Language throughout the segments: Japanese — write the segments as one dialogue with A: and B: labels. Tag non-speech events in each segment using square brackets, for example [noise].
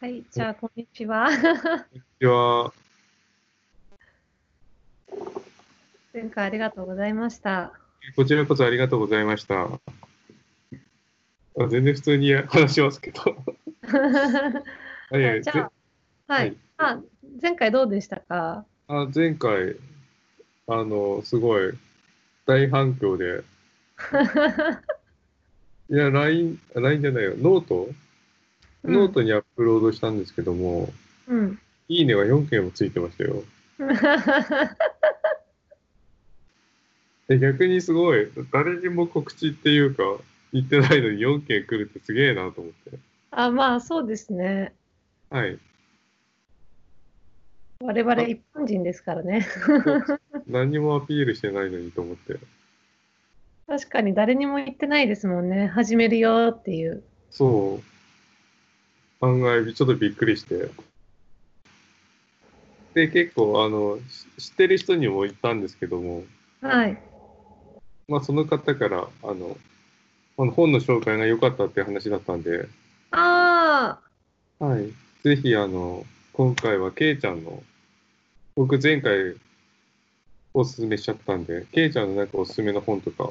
A: はい、じゃあ、こんにちは。 [laughs]
B: こんにちは。
A: 前回ありがとうございました。
B: こちらこそありがとうございました。あ全然普通に話しますけ
A: [laughs]
B: ど。
A: はい、はい [laughs] 、じゃあ、はい、はい、あ、前回どうでしたか
B: あ前回、あの、すごい、大反
A: [laughs]
B: 響で。いや、LINE、LINE じゃないよ、ノート、うん、ノートにアップロードしたんですけども、
A: うん、 [laughs]
B: いいねが4件もついてましたよ。で逆にすごい、誰にも告知っていうか、言ってないのに4件来るってすげえなと思って。
A: あ、まあそうですね。
B: はい。
A: [laughs] 我々一般人ですからね。 [laughs]
B: 何もアピールしてないのにと思って。
A: 確かに誰にも言ってないですもんね。始めるよっていう。
B: そう。案外、ちょっとびっくりして。で、結構、あの、知ってる人にも言ったんですけども。
A: はい。
B: まあ、その方から、あの、あの本の紹介が良かったって話だったんで。
A: あ
B: あ。はい。ぜひ、あの、今回はケイちゃんの、僕前回おすすめしちゃったんで、ケイちゃんのなんかおすすめの本とか、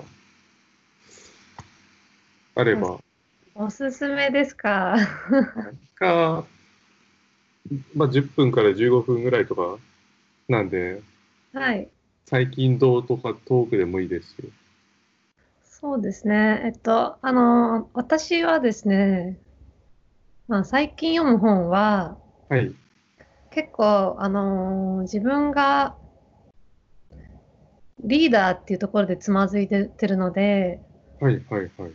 B: あれば。
A: おすすめですか。 [laughs]
B: か、まあ10分から15分ぐらいとかなんで、
A: はい。
B: 最近どうとかトークでもいいですし。
A: そうですね。えっと、あの、私はですね、まあ最近読む本は、
B: はい、
A: 結構、あのー、自分がリーダーっていうところでつまずいててるので、
B: はいはいはい。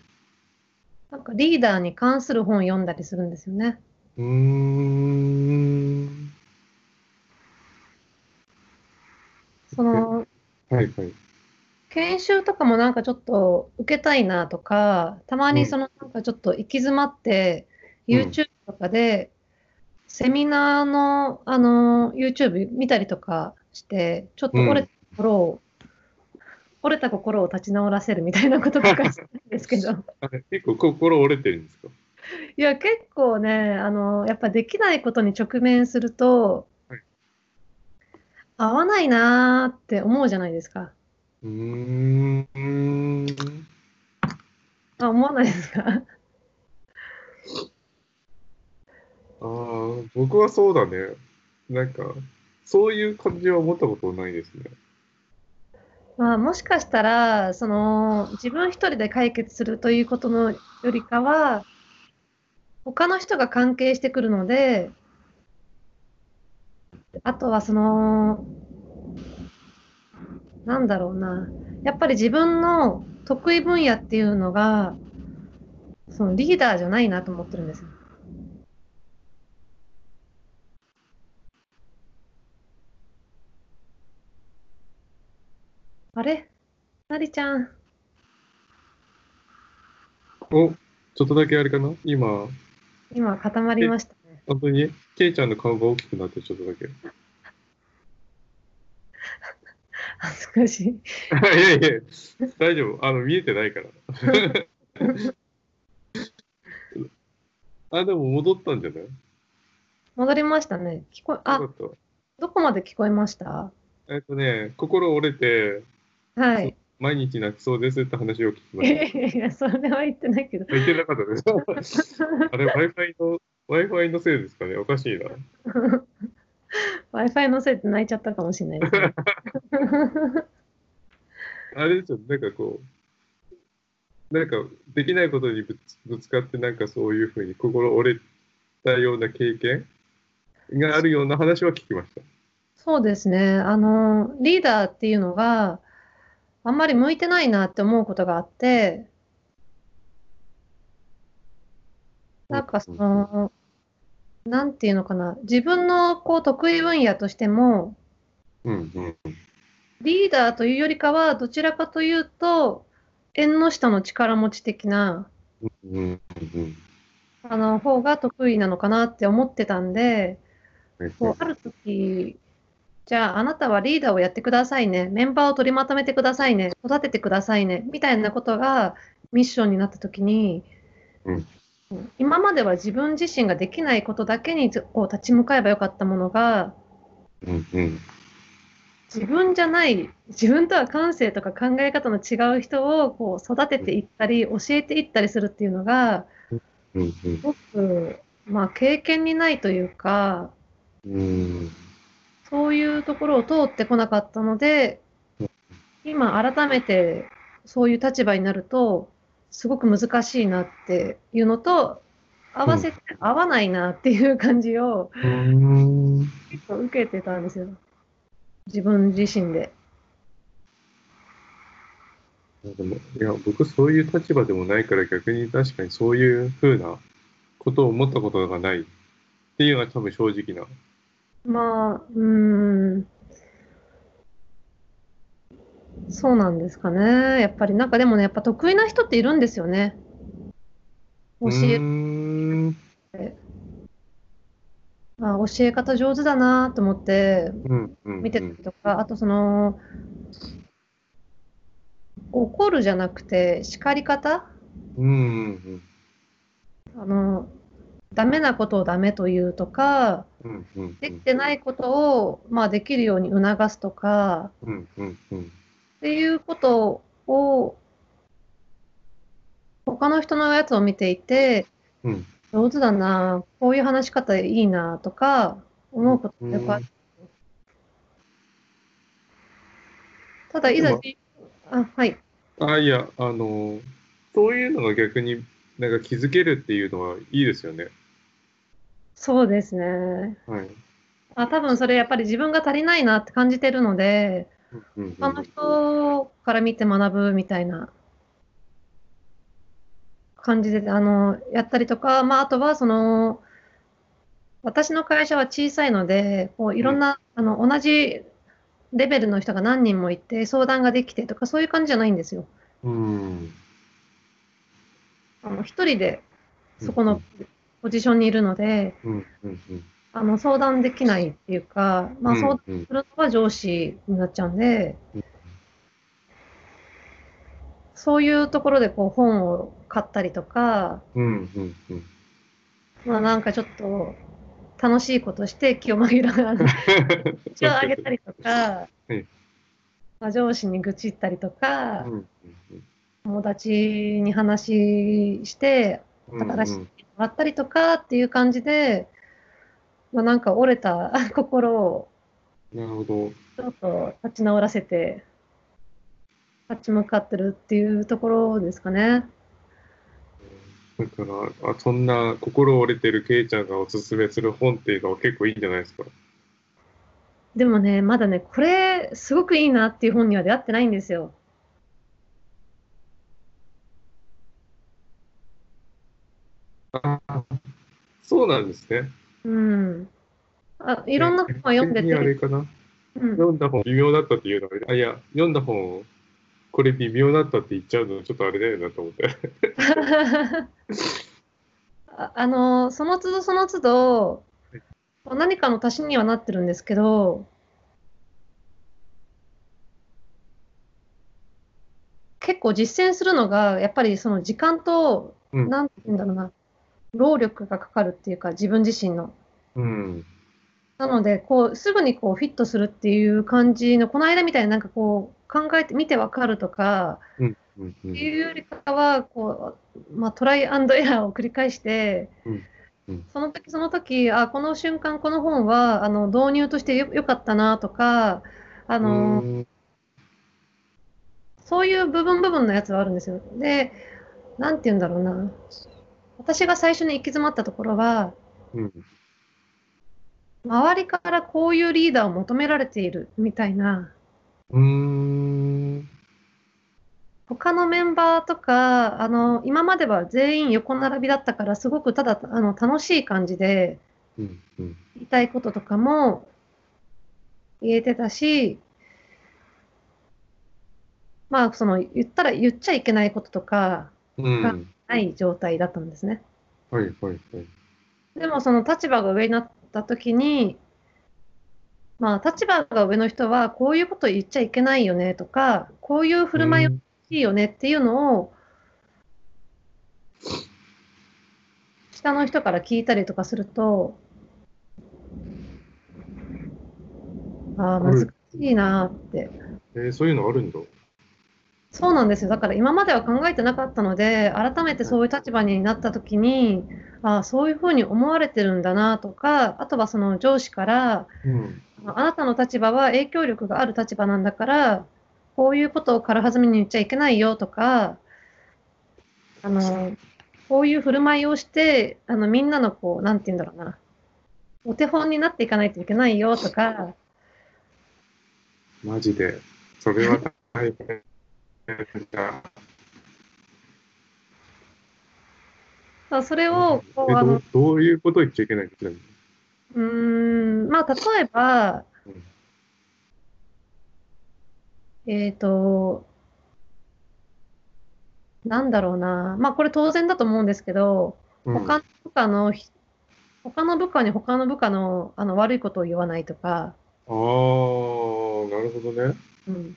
A: なんかリーダーに関する本読んだりするんですよね。
B: うーん。
A: その、
B: はいはい。
A: 研修とかもなんかちょっと受けたいなとか、たまにそのなんかちょっと行き詰まって、うん、YouTube とかで、うんセミナーの、あのー、YouTube 見たりとかして、ちょっと折れた心を、うん、折れた心を立ち直らせるみたいなこととかしてるんですけど。
B: 結構心折れてるんですか
A: いや、結構ね、あのー、やっぱできないことに直面すると、はい、合わないなーって思うじゃないですか。
B: うーん。
A: あ、思わないですか
B: ああ、僕はそうだね。なんか、そういう感じは思ったことないですね。
A: まあ、もしかしたら、その、自分一人で解決するということのよりかは、他の人が関係してくるので、あとはその、なんだろうな。やっぱり自分の得意分野っていうのが、そのリーダーじゃないなと思ってるんですよ。あれなりちゃん。
B: お、ちょっとだけあれかな今。
A: 今、固まりましたね。 [laughs]
B: 本当にけいちゃんの顔が大きくなって、ちょっとだけ。
A: 恥ずかしい。い
B: やいや、大丈夫。あの、見えてないから。あ、でも戻ったんじゃない
A: 戻りましたね。聞こえ、あ、どこまで聞こえました
B: えっとね、心折れて、
A: はい。
B: 毎日泣きそうですって話を聞きました。
A: いや、それは言ってないけど。 [laughs]
B: 言ってなかったです。あれ、Wi-Fi の、Wi-Fi のせいですかね。おかしいな。
A: Wi-Fi のせいって泣いちゃったかもしれないです、 [laughs] ね、
B: あれですよ、なんかこう、なんかできないことにぶつぶつかって、なんかそういうふうに心折れたような経験があるような話は聞きました。
A: そうですね。あの、リーダーっていうのが、あんまり向いてないなって思うことがあって、なんかその、なんていうのかな、自分のこう得意分野としても、リーダーというよりかは、どちらかというと、縁の下の力持ち的な、あの、方が得意なのかなって思ってたんで、こうある時、じゃあ、あなたはリーダーをやってくださいね。メンバーを取りまとめてくださいね。育ててくださいね。みたいなことがミッションになったときに、
B: うん、
A: うん今までは自分自身ができないことだけにこう立ち向かえばよかったものが、
B: うんうん。
A: 自分じゃない、自分とは感性とか考え方の違う人をこう育てていったり、教えていったりするっていうのが、
B: うんうん
A: す。ごく、まあ、経験にないというか、
B: うん。
A: そういうところを通ってこなかったので、今改めてそういう立場になると、すごく難しいなっていうのと、合わせて合わないなっていう感じを
B: うん。
A: 結構受けてたんですよ。自分自身で。
B: でもいや僕そういう立場でもないから逆に確かにそういうふうなことを思ったことがないっていうのが多分正直な。
A: まあ、うーん。そうなんですかね。やっぱり、なんかでもね、やっぱ得意な人っているんですよね。教え
B: うーん
A: あ教え方上手だなと思って
B: うんうん
A: 見てたりとか、あとその、怒るじゃなくて叱り方
B: うんうん
A: あの、ダメなことをダメと言うとか、
B: うんうんうん
A: できてないことを、まあ、できるように促すとか、
B: うんうんうん
A: っていうことを、他の人のやつを見ていて、
B: うん
A: 上手だな、こういう話し方いいなとか、思うことがよくある。ただ、いざ
B: でも、
A: あ、はい。
B: あいやあのそういうのが逆になんか気づけるっていうのはいいですよね。
A: そうですね。
B: はい。
A: あ、多分それやっぱり自分が足りないなって感じてるので、
B: うんうん
A: 他の人から見て学ぶみたいな感じで、あの、やったりとか、まあ、あとは、その、私の会社は小さいので、こういろんな、あの、同じレベルの人が何人もいて、相談ができてとか、そういう感じじゃないんですよ。
B: うん
A: あの、一人で、そこのポジションにいるので、
B: うんうんうん
A: あの、相談できないっていうか、まあ、相談
B: うん
A: するのは上司になっちゃうんで
B: うん、
A: そういうところでこう本を買ったりとか、
B: うんうんうん
A: まあなんかちょっと楽しいことして気を紛ら
B: [laughs]
A: わせ口をあげたりとか
B: うん、
A: まあ、上司に愚痴ったりとか
B: う、ん
A: 友達に話して、
B: うんうん
A: [laughs] 新しいもらったりとかっていう感じで、まあなんか折れた [laughs] 心を
B: なるほど。
A: ちょっと立ち直らせて、立ち向かってるっていうところですかね。
B: だからあ、そんな心折れてるケイちゃんがおすすめする本っていうのは結構いいんじゃないですか。
A: でもね、まだね、これ、すごくいいなっていう本には出会ってないんですよ。
B: そうなんですね。
A: うん。あいろんな本は読んで
B: 逆にあれ
A: て、
B: かな。
A: うん、
B: 読んだ本微妙だったっていうのは、あ、いや、読んだ本をこれ微妙だったって言っちゃうのちょっとあれだよなと思って。
A: あ [laughs] あの、その都度その都度、何かの足しにはなってるんですけど、結構実践するのが、やっぱりその時間と、
B: うん
A: なんて言うんだろうな、労力がかかるっていうか、自分自身の。
B: うん。
A: なので、こう、すぐにこう、フィットするっていう感じの、この間みたいになんかこう、考えてみてわかるとか、
B: うんう
A: って
B: ん
A: いうよりかは、こう、まあ、トライアンドエラーを繰り返して
B: うんうん、
A: その時その時、あ、この瞬間、この本は、あの、導入としてよ、良かったなとか、あの、
B: うん
A: そういう部分部分のやつはあるんですよ。で、なんて言うんだろうな。私が最初に行き詰まったところは、
B: うん
A: 周りからこういうリーダーを求められているみたいな、
B: うん
A: 他のメンバーとか、あの、今までは全員横並びだったから、すごくただ、あの、楽しい感じで、
B: うんうん
A: 言いたいこととかも言えてたし、まあ、その、言ったら言っちゃいけないこととか、
B: うん
A: ない状態だったんですね。
B: はいはいはい。
A: でも、その立場が上になった時に、まあ、立場が上の人は、こういうこと言っちゃいけないよねとか、こういう振る舞いを
B: うん
A: いいよねっていうのを、下の人から聞いたりとかすると、ああ、難しいなーって。
B: えーそういうのあるんだ。
A: そうなんですよ。だから今までは考えてなかったので、改めてそういう立場になったときに、ああ、そういうふうに思われてるんだなとか、あとはその上司から、
B: うん。
A: あなたの立場は影響力がある立場なんだから、こういうことを軽はずみに言っちゃいけないよとか、あの、こういう振る舞いをして、あの、みんなのこう、なんて言うんだろうな、お手本になっていかないといけないよとか、
B: マジで。それは大変だ。
A: そうそれを、こ
B: え
A: う、あ
B: ど
A: の
B: う、どういうことを言っちゃいけないんだ
A: うーん、まあ、例えば
B: うん、
A: えっと、なんだろうな、まあ、これ当然だと思うんですけど、
B: うん、
A: 他の部下のひ、他の部下に他の部下の、あの悪いことを言わないとか、
B: あー、なるほどね。
A: うん、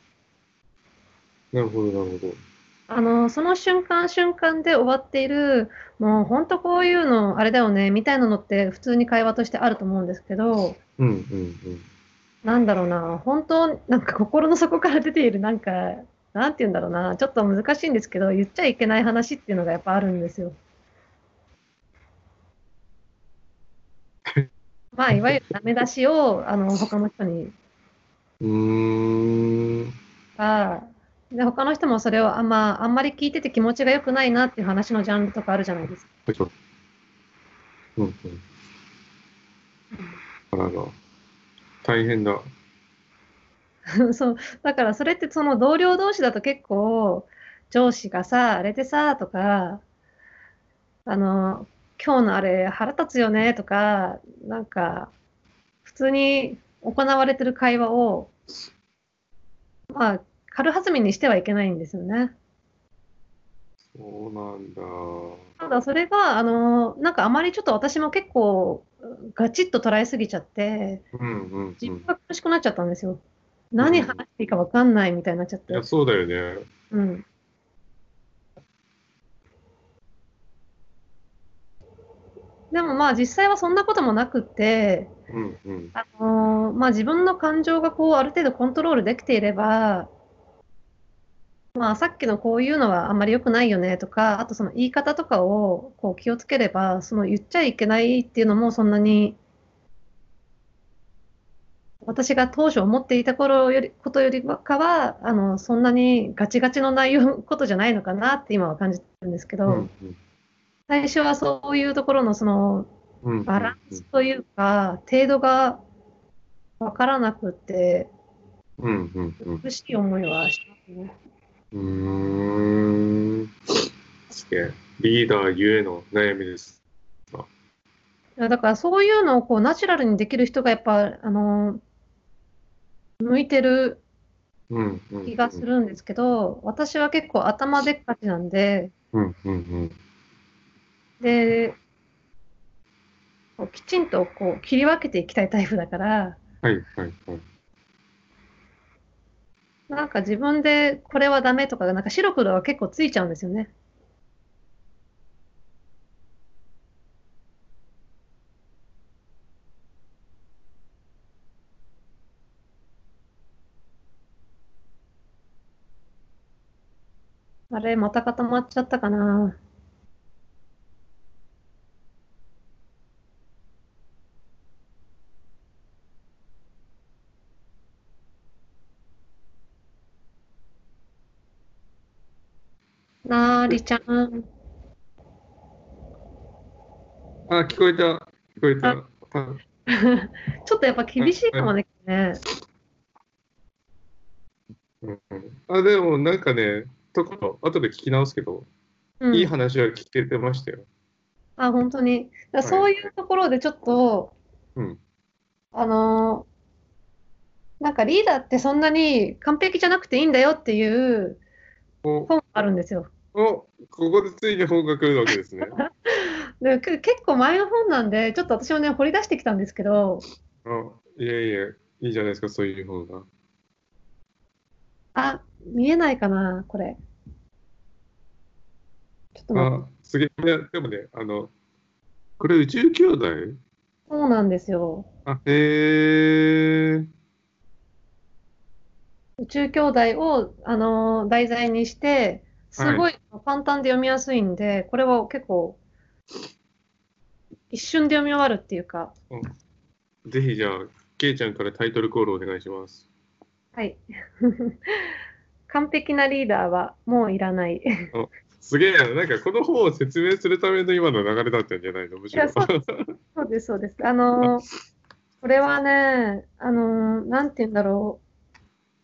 B: なるほど、なるほど。
A: あの、その瞬間瞬間で終わっている、もう本当こういうのあれだよね、みたいなのって普通に会話としてあると思うんですけど、
B: うん、うん、
A: なんだろうな、本当、なんか心の底から出ている、なんか、なんて言うんだろうな、ちょっと難しいんですけど、言っちゃいけない話っていうのがやっぱあるん
B: [laughs]
A: ですよ。まあ、いわゆるダメ出しを、あの、他の人に、
B: うん。うーん。
A: あで、他の人もそれをあんま、あんまり聞いてて気持ちが良くないなっていう話のジャンルとかあるじゃないですか。
B: はい、そう。うん、うん。あらら。大変だ。
A: そう、だから [laughs] それってその同僚同士だと結構、上司がさ、あれでさ、とか、あの、今日のあれ腹立つよね、とか、なんか、普通に行われてる会話を、まあ、軽はずみにしてはいけないんですよね。
B: そうなんだ。
A: ただそれが、あの、なんかあまりちょっと私も結構、ガチッと捉えすぎちゃって、
B: うん、うん、うん。
A: 自分
B: い
A: が苦しくなっちゃったんですよ。何話していいかわかんないみたいになっちゃって
B: や、。そうだよね。
A: うん。でもまあ実際はそんなこともなくって、
B: うん、うん。
A: あのーまあ、自分の感情がこうある程度コントロールできていれば、まあ、さっきのこういうのはあんまり良くないよねとかあとその言い方とかをこう気をつければその言っちゃいけないっていうのもそんなに私が当初思っていた頃よりことよりかはあのそんなにガチガチの内容ことじゃないのかなって今は感じてるんですけど、
B: うん、うん。
A: 最初はそういうところのその
B: うん
A: バランスというか、程度が分からなくて、
B: うん、うん、うん。
A: 苦しい思いはしますね。
B: うーん。すげえ。リーダーゆえの悩みです。
A: いやだからそういうのをこうナチュラルにできる人がやっぱ、あの向いてる
B: うん、うん。
A: 気がす。るんですけど、私は結構頭でっかちなんで、
B: うん、うん、うん。
A: で、こうきちんとこう切り分けていきたいタイプだから、
B: はい、はい、はい。
A: なんか自分でこれはダメとか、なんか白黒が結構ついちゃうんですよね。あれ、また固まっちゃったかな。なあ、りちゃん。 [laughs]
B: あ、聞こえた。聞こえた。あ
A: ちょっとやっぱ厳しいかもね。ね
B: うんあでもなんかね、とこ後で聞き直すけど、
A: うん、
B: いい話は聞けてましたよ。
A: あ、本当に。だからそういうところでちょっと、
B: うん。
A: あのーなんかリーダーってそんなに完璧じゃなくていいんだよっていう
B: お、
A: 本があるんですよ。
B: おここでついに本が来るわけで
A: [laughs]
B: すね。
A: でけ結構前の本なんで、ちょっと私もね、掘り出してきたんですけど、
B: あいやいや、いいじゃないですか、そういう本が。
A: あ、見えないかな、これ。ちょっと待って。
B: あ、すげえ、いやでもね、あの、これ宇宙兄弟
A: そうなんですよ。
B: あ、へえ。
A: 宇宙兄弟を、あのー題材にして、すごい簡単で読みやすいんで、これは結構、一瞬で読み終わるっていうか、
B: ぜひじゃあ、ケイちゃんからタイトルコールお願いします。
A: はい。完璧なリーダーはもういらない。い
B: すげえな、なんかこの本を説明するための今の流れだったんじゃないのむしろ
A: や、。そうそうです、そうです。あ [laughs] のーこれはね、あのーなんて言うんだろう。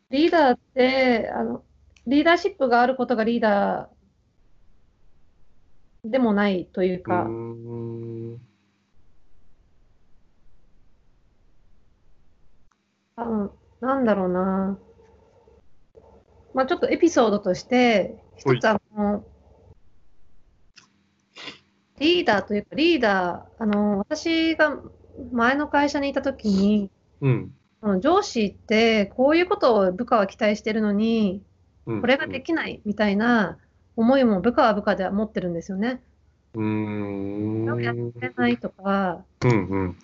A: リーダーって、あの、リーダーシップがあることがリーダーでもないという
B: うー
A: か、
B: ん
A: あの、なんだろうな。まあ、ちょっとエピソードとして、
B: はい
A: 一つあの、リーダーというか、リーダー、あの、私が前の会社にいた時に、
B: うん。
A: あの上司ってこういうことを部下は期待してるのに、
B: うん
A: これができないみたいな思いも部下は部下では持ってるんですよね。
B: うーん。
A: やってないとか、
B: うんうん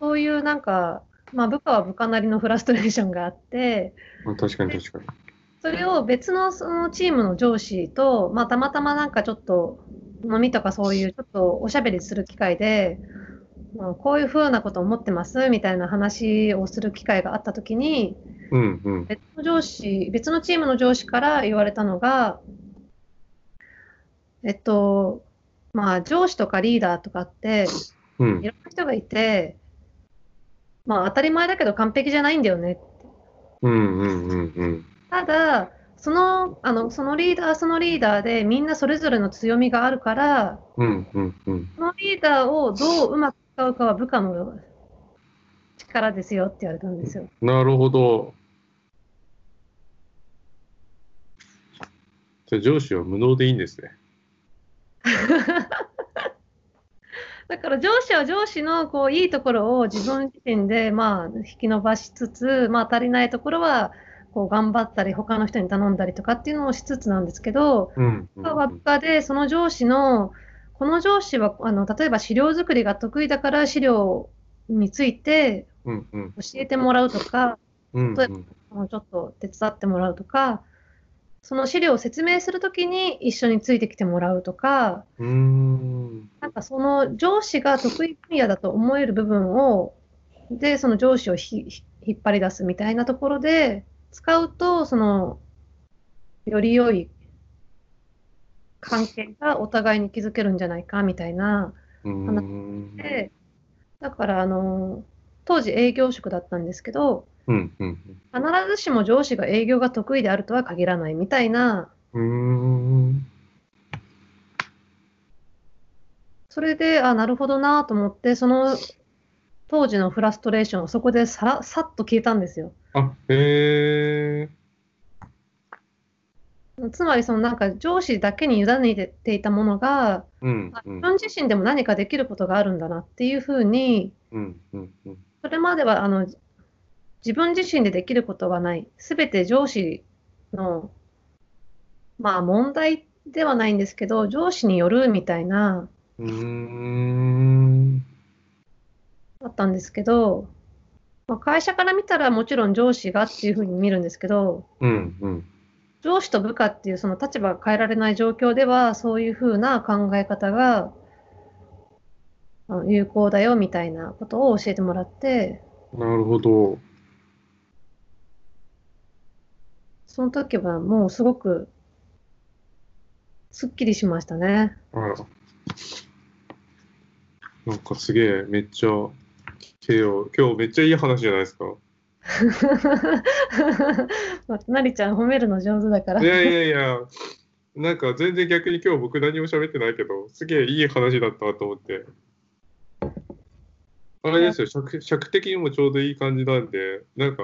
A: そういうなんか、まあ、部下は部下なりのフラストレーションがあって、
B: あ。確かに確かに。
A: それを別のそのチームの上司と、まあ、たまたまなんかちょっと飲みとかそういうちょっとおしゃべりする機会で、まあ、こういうふうなこと思ってますみたいな話をする機会があった時に
B: うんうん。
A: 別の上司別のチームの上司から言われたのがえっとまあ上司とかリーダーとかって
B: うん
A: い。ろんな人がいてまあ当たり前だけど完璧じゃないんだよね
B: うんうんうんうん。
A: ただそのあのそのリーダーそのリーダーでみんなそれぞれの強みがあるから
B: うんうんうん。
A: そのリーダーをどううまく使うかは部下の力ですよって言われたんですよ。
B: なるほど。じゃあ上司は無能でいいんですね。
A: だから上司は上司のこういいところを自分自身でまあ引き伸ばしつつ、まあ、足りないところはこう頑張ったり他の人に頼んだりとかっていうのをしつつなんですけど、
B: うんうん
A: 輪っかで、その上司の、この上司は、あの、例えば資料作りが得意だから資料について
B: うんうん
A: 教えてもらうとか、
B: うんうん
A: あのちょっと手伝ってもらうとか、その資料を説明するときに一緒についてきてもらうとか、
B: うーん
A: なんかその上司が得意分野だと思える部分を、で、その上司をひひ引っ張り出すみたいなところで使うと、その、より良い関係がお互いに築けるんじゃないかみたいな。
B: うーん
A: で、だからあの、当時営業職だったんですけど、
B: うんうん
A: 必ずしも上司が営業が得意であるとは限らないみたいな、
B: うーん
A: それで、あ、なるほどなと思って、その当時のフラストレーションをそこでさら、さっと消えたんですよ。
B: あへえ
A: つまり、そのなんか上司だけに委ねていたものが、
B: うん
A: あ
B: う
A: 自
B: ん
A: 分自身でも何かできることがあるんだなっていうふうに、
B: うんうんうん
A: それまではあの自分自身でできることはない、すべて上司の、まあ、問題ではないんですけど、上司によるみたいな、
B: うーん
A: あったんですけど、まあ、会社から見たらもちろん上司がっていうふうに見るんですけど、
B: うんうん
A: 上司と部下っていうその立場が変えられない状況では、そういうふうな考え方があの有効だよみたいなことを教えてもらって、
B: なるほど
A: その時はもうすごくすっきりしましたね。 [laughs]
B: あらなんかすげえめっちゃけよ今日めっちゃいい話じゃないですか
A: まあなりちゃん褒めるの上手だから
B: い。やいやいや、なんか全然逆に今日僕何も喋ってないけど、すげえいい話だったと思って。あれですよ、尺尺的にもちょうどいい感じなんで、なんか、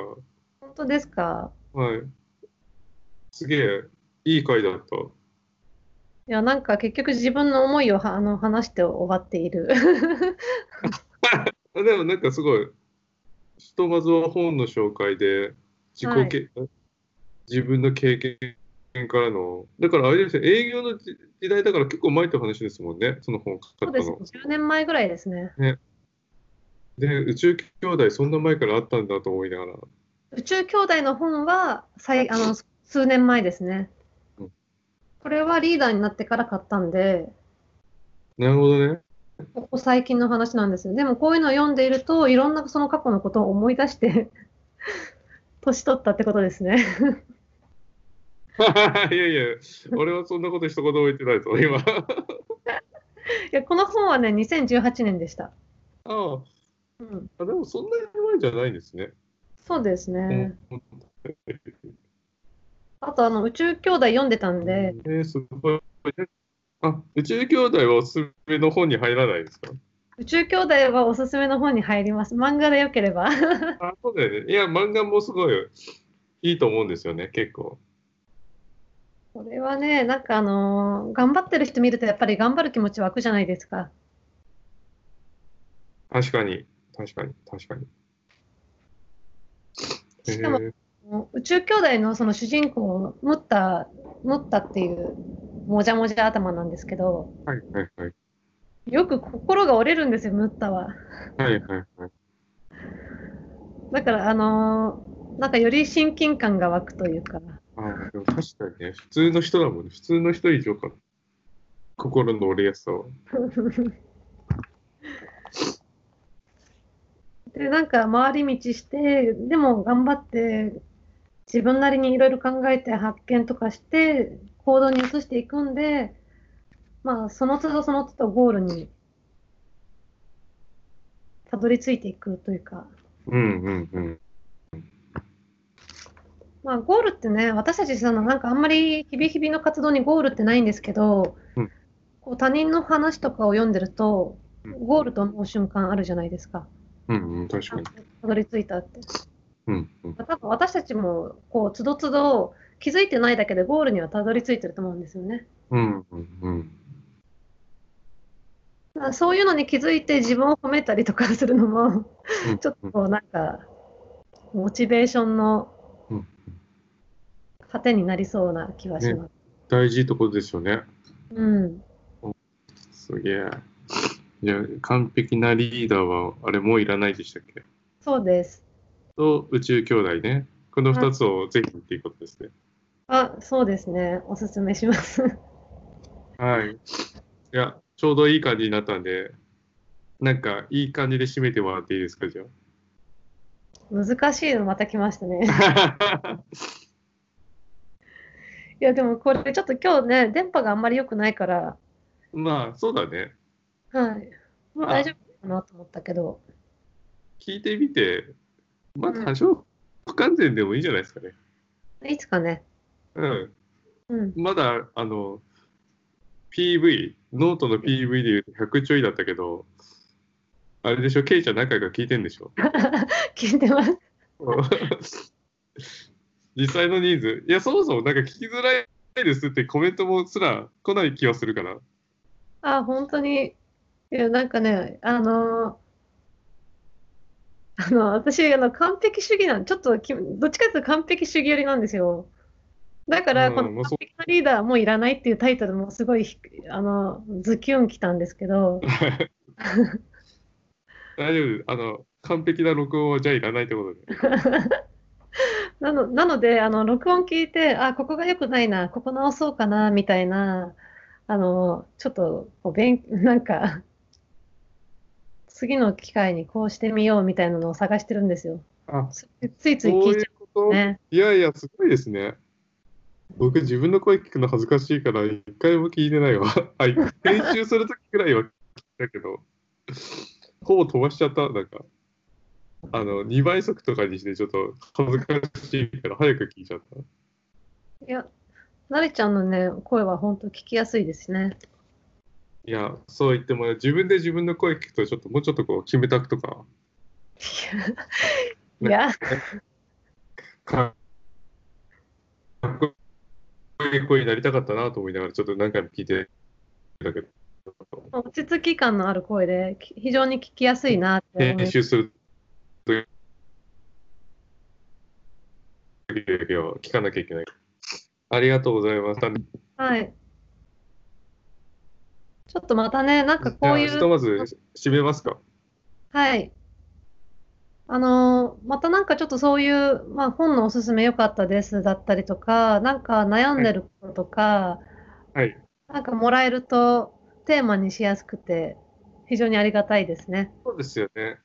A: 本当ですか
B: はい。すげえいい回だった。
A: いや、なんか結局自分の思いをはあの話して終わっている。
B: あでもなんかすごい、ひとまずは本の紹介で、自己け、自分の経験辺からの、だからあれですよ、営業の時時代だから結構前って話ですもんね、その本買
A: そう
B: った
A: ですね
B: の。。
A: 10年前ぐらいですね。
B: で、宇宙兄弟、そんな前からあったんだと思いながら、
A: 宇宙兄弟の本は最あの数年前ですね
B: うん。
A: これはリーダーになってから買ったんで、
B: なるほどね。 [laughs]
A: ここ最近の話なんですよ。でもこういうのを読んでいると、いろんなその過去のことを思い出して、 [laughs] 年取ったってことですね。
B: いやいや、俺はそんなこと一言も言ってないぞ、今。 [laughs] あ
A: いやこの本はね、2018年でした。
B: あ
A: うん、
B: あ、でもそんなに前じゃないんですね。
A: そうですね。
B: うん
A: あと、あの、宇宙兄弟読んでたんで、
B: えー、すごい。あ、宇宙兄弟はおすすめの本に入らないで
A: [laughs]
B: すか
A: 宇宙兄弟はおすすめの本に入ります。漫画でよければ。
B: あ、そうだよね。いや、漫画もすごいいいと思うんですよね、結構。
A: これはね、なんかあのー頑張ってる人見るとやっぱり頑張る気持ち湧くじゃないですか。
B: 確かに、確かに、確かに。
A: しかも
B: えー
A: 宇宙兄弟のその主人公、ムッタ、ムッタっていうもじゃもじゃ頭なんですけど、
B: はいはいはい。
A: よく心が折れるんですよ、ムッタは。
B: はいはいはい。
A: だからあのーなんかより親近感が湧くというか、
B: あでも確かにね、普通の人だもんね。普通の人以上か。心の折れやすさは。
A: [laughs] で、なんか回り道して、でも頑張って、自分なりにいろいろ考えて発見とかして、行動に移していくんで、まあ、その都度その都度ゴールに、たどり着いていくというか、
B: うんうんうん。
A: まあ、ゴールってね、私たちその、なんかあんまり日々日々の活動にゴールってないんですけど、
B: うん
A: こう他人の話とかを読んでると、
B: うん
A: ゴールと思う瞬間あるじゃないですか。
B: うんうん、確かに。
A: たどり着いたって。
B: うんうん。
A: 多分私たちも、こう、つどつど気づいてないだけでゴールにはたどり着いてると思うんですよね。
B: うんうんうん。
A: だからそういうのに気づいて自分を褒めたりとかするのも、
B: うん
A: ちょっとこう、なんか、モチベーションの
B: うん
A: 糧になりそうな気はします。
B: 大事ところですよね。
A: うん。
B: すげえ。いや、完璧なリーダーは、あれもういらないでしたっけ
A: そうです。
B: と、宇宙兄弟ね。この2つをぜひっていうことですね。
A: あ、そうですね。おすすめします。 [laughs]
B: はい。いや、ちょうどいい感じになったんで、なんか、いい感じで締めてもらっていいですか、じゃ
A: 難しいのまた来ましたね。
B: [laughs] あ。
A: いや、でもこれちょっと今日ね、電波があんまり良くないから、
B: まあ、そうだね。
A: はい。
B: まあ、
A: 大丈夫かなと思ったけど。
B: 聞いてみて、まあ、多少不完全でもいいんじゃないですかね。
A: いつかね。
B: うん。
A: うん。
B: まだ、あの、PV、ノートの PV で言うと100ちょいだったけど、あれでしょ、ケイちゃん何回か聞いてんでしょ。
A: [laughs]
B: [laughs]
A: 聞いてます。
B: 実際の人数、いや、そもそもなんか聞きづらいですってコメントもすら来ない気はするから。
A: あ、本当に。いや、なんかね、あのーあの、私、あの、完璧主義なん、ちょっとき、どっちかというと完璧主義寄りなんですよ。だから、
B: うん
A: この
B: もう
A: 完
B: そう
A: 璧なリーダーもういらないっていうタイトルもすごいひ、あの、ズキュンきたんですけど、
B: 大丈夫、あの、完璧な録音はじゃあいらないってことで。
A: なの、なので、あの、録音聞いて、あ、ここが良くないな、ここ直そうかな、みたいな、あの、ちょっと、こう、勉、 [laughs] なんか、次の機会にこうしてみようみたいなのを探してるんですよ。
B: あ、
A: つついつい
B: そう
A: 聞い
B: い
A: ち
B: う
A: ゃ
B: こと、
A: うね。
B: いやいや、すごいですね。僕、自分の声聞くの恥ずかしいから、一回も聞いてないわ。 [laughs] あ、編集するときくらいは聞いたけど、ほぼ飛ばしちゃった、なんか。あの、2倍速とかにして、ちょっと恥ずかしいから、早く聞いちゃった。
A: いや、なれちゃんのね、声は本当聞きやすいですね。
B: いや、そう言っても、自分で自分の声聞くと、ちょっともうちょっとこう、キムタクとか、
A: いや、
B: かかっこいい声になりたかったなと思いながら、ちょっと何回も聞いてたけど、
A: 落ち着き感のある声で、き非常に聞きやすいなって思
B: 編
A: い
B: 集する時だけは聞かなきゃいけない。ありがとうございます。
A: はい。ちょっとまたね、なんか
B: じ
A: こ
B: ゃあ
A: うい
B: ひと
A: う、
B: まず締めますか。
A: はい。あのーまたなんかちょっとそういう、まあ、本のおすすめ良かったですだったりとか、なんか悩んでることとか、
B: はい。
A: なんかもらえるとテーマにしやすくて、非常にありがたいですね。
B: そうですよね。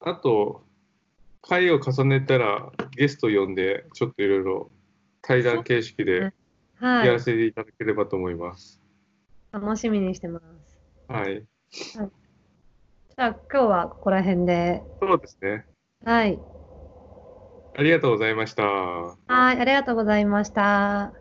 B: あと、回を重ねたらゲスト呼んで、ちょっといろいろ対談形式で
A: は
B: やら
A: い。
B: せていただければと思います。
A: 楽しみにしてます。
B: はい。
A: じゃあ今日はここら辺で。
B: そうですね。
A: はい。
B: ありがとうございました。
A: はい、ありがとうございました。